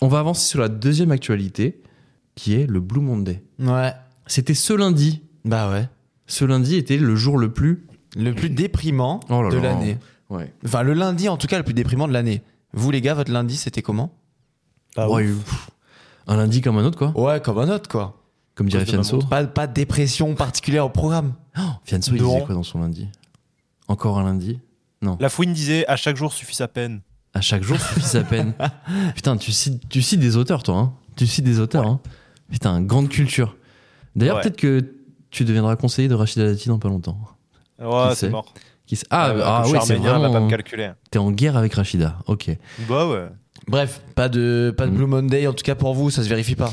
On va avancer sur la deuxième actualité, qui est le Blue Monday. Ouais. C'était ce lundi. Bah ouais. Ce lundi était le jour le plus. Le plus déprimant Oh là de là. l'année. Ouais. Enfin, le lundi, en tout cas, le plus déprimant de l'année. Vous, les gars, votre lundi, c'était comment Ah Bah, Ouais, pff, un lundi comme un autre, Oh, quoi. Ouais, comme un autre, quoi. Comme dirait cause de ma Fianso. Pas, pas de dépression particulière au programme. Fianso, il Non. disait quoi dans son lundi Encore un lundi La fouine disait à chaque jour suffit sa peine. À chaque jour suffit sa peine. Putain, tu cites, tu cites des auteurs, toi. hein. Tu cites des auteurs. hein. Putain, grande culture. D'ailleurs, Ouais. peut-être que tu deviendras conseiller de Rachida Dati dans pas longtemps. Ouais, Qui c'est sait mort. Qui s- ah, Euh, ah comme ouais, je c'est suis arménien, elle va pas hein. vraiment. me calculer. T'es en guerre avec Rachida. Ok. Bah ouais. Bref, pas de, pas de Mm. Blue Monday, en tout cas pour vous, ça se vérifie pas.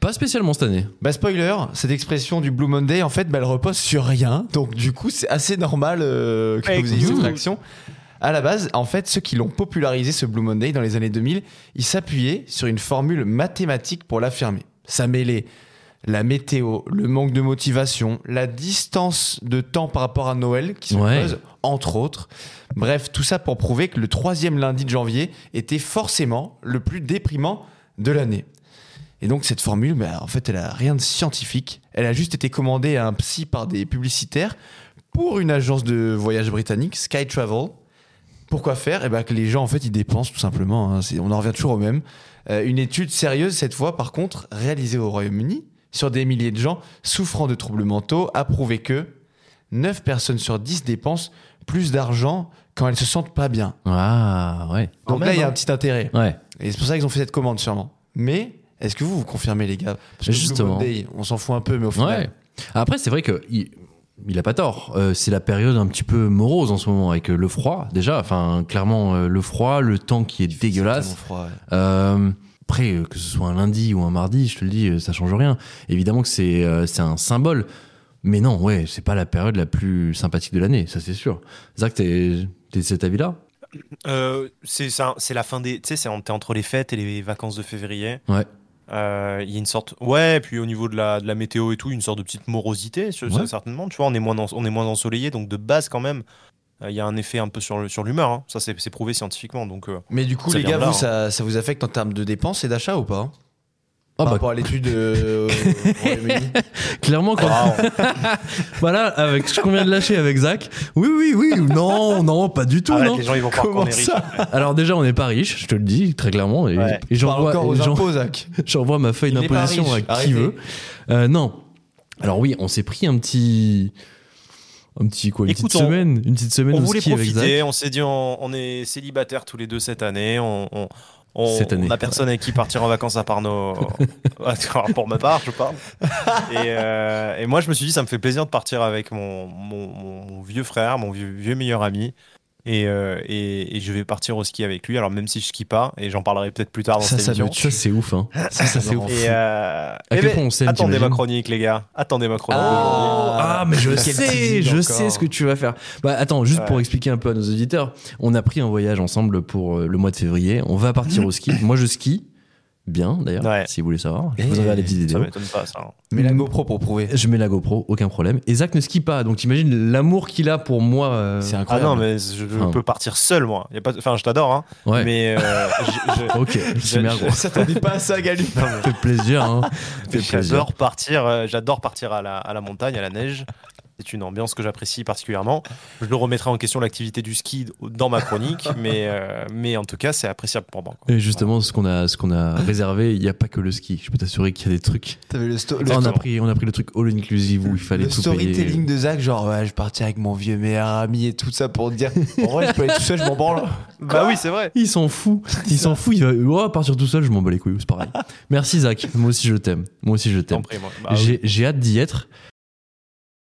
Pas spécialement cette année. Bah, spoiler, cette expression du Blue Monday, en fait, bah, elle repose sur rien. Donc, du coup, c'est assez normal euh, que Hey, vous ayez cette cool. réaction. À la base, en fait, ceux qui l'ont popularisé, ce Blue Monday, dans les années 2000, ils s'appuyaient sur une formule mathématique pour l'affirmer. Ça mêlait la météo, le manque de motivation, la distance de temps par rapport à Noël qui se Ouais. pose, entre autres. Bref, tout ça pour prouver que le troisième lundi de janvier était forcément le plus déprimant de l'année. Et donc cette formule, bah, en fait, elle a rien de scientifique. Elle a juste été commandée à un psy par des publicitaires pour une agence de voyage britannique, Sky Travel. Pourquoi faire Eh ben que les gens, en fait, ils dépensent tout simplement. hein. C'est- On en revient toujours au même. Euh, une étude sérieuse, cette fois, par contre, réalisée au Royaume-Uni, sur des milliers de gens souffrant de troubles mentaux, a prouvé que 9 personnes sur 10 dépensent plus d'argent quand elles se sentent pas bien. Ah, ouais. Donc Quand là, même, il y a hein. un petit intérêt. Ouais. Et c'est pour ça qu'ils ont fait cette commande sûrement. Mais est-ce que vous vous confirmez les gars Parce que Blue Justement. Monday, on s'en fout un peu, mais au final. Ouais. Après, c'est vrai que il, il a pas tort. Euh, c'est la période un petit peu morose en ce moment avec euh, le froid déjà. Enfin, clairement euh, le froid, le temps qui est c'est dégueulasse. tellement froid, ouais. Euh, après, euh, que ce soit un lundi ou un mardi, je te le dis, euh, ça change rien. Évidemment que c'est euh, c'est un symbole. Mais non, ouais, c'est pas la période la plus sympathique de l'année, ça c'est sûr. Zach, t'es t'es de cet avis-là Euh, c'est ça- c'est la fin des. Tu sais, c'est en- t'es entre les fêtes et les vacances de février. Ouais. Euh, Il y a une sorte. Ouais, puis au niveau de la, de la météo et tout, une sorte de petite morosité, ce- ça, Ouais. certainement. Tu vois, on est moins, en- on est moins ensoleillé, donc de base, quand même, euh, il y a un effet un peu sur le- sur l'humeur. hein. Ça, c'est c'est prouvé scientifiquement. Donc, euh, Mais du coup, Ça les vient gars, de là, vous, hein. ça, ça vous affecte en termes de dépenses et d'achats ou pas hein Ah Par bah, rapport à l'étude euh, au Royaume-Uni. clairement quand Ah, voilà avec ce qu'on vient de lâcher avec Zach. Oui oui oui, non non pas du tout arrête, non. les gens, ils vont croire qu'on Comment est riche. ça Alors déjà on n'est pas riche, je te le dis très clairement et, Ouais. et Je parle j'envoie encore aux et j'en- impôts, Zach. j'envoie ma feuille Il n'est pas d'imposition à riche, qui arrêtez. veut. Euh, non. Alors oui, on s'est pris un petit un petit quoi une Écoute, petite on- semaine, une petite semaine On au voulait ski avec Zach. profiter, on s'est dit on, on est célibataires tous les deux cette année, on, on, on- Cette année, on a personne avec qui partir en vacances à part nos... Alors, pour ma part, je parle. Et, euh, et moi, je me suis dit, ça me fait plaisir de partir avec mon, mon, mon- mon vieux frère, mon vieux, vieux meilleur ami. Et, euh, et, et je vais partir au ski avec lui, alors même si je skie pas, et j'en parlerai peut-être plus tard dans Ça, cette ça émission. me tue. Ça c'est ouf hein. Ça, ça, c'est ouf. Et, euh, À eh quel ben, point on s'aime, attendez ma t'imagines chronique, les gars. Attendez ma chronique. Ah, mais je Oh, Quel sais, teasing je encore. sais ce que tu vas faire. Bah attends, juste pour Ouais. expliquer un peu à nos auditeurs, on a pris un voyage ensemble pour euh, le mois de février. On va partir au ski. Moi je skie, bien d'ailleurs, Ouais. si vous voulez savoir. Je Eh, vous enverrai les petites Ça vidéos. m'étonne pas, ça. Ah Mais la Euh, GoPro pour prouver. Je mets la GoPro, aucun problème. Et Zach ne skie pas, donc t'imagines l'amour qu'il a pour moi. euh, C'est Ah incroyable. non, mais je, je Enfin. peux partir seul, moi. Y a pas, de- enfin, je t'adore, hein. Ouais. Ah, Mais euh, je- je- Ok, super gros. On s'attendait pas à Ah, ça, Galu. non, mais Ça fait plaisir, hein. Ça fait plaisir. j'adore partir, euh, j'adore partir à la, à la montagne, à la neige. C'est une ambiance que j'apprécie particulièrement. Je le remettrai en question l'activité du ski dans ma chronique, mais, euh, mais en tout cas, c'est appréciable pour moi. quoi. Et justement, ce qu'on a, ce qu'on a réservé, il n'y a pas que le ski. Je peux t'assurer qu'il y a des trucs. T'avais le, sto- on, le- a Exactement. pris, on a pris le truc all inclusive où il fallait le tout payer. storytelling de Zach, genre, ouais, je partais avec mon vieux meilleur ami et tout ça pour dire, en vrai, je peux aller tout seul, je m'en branle. Bah oui, c'est vrai. Il s'en fout. Il s'en fout. Il va oh, partir tout seul, je m'en bats les couilles. C'est pareil. Merci Zach. Moi aussi je t'aime. Moi aussi je t'aime. Ah T'en prie, moi. Bah oui. J'ai j'ai hâte d'y être.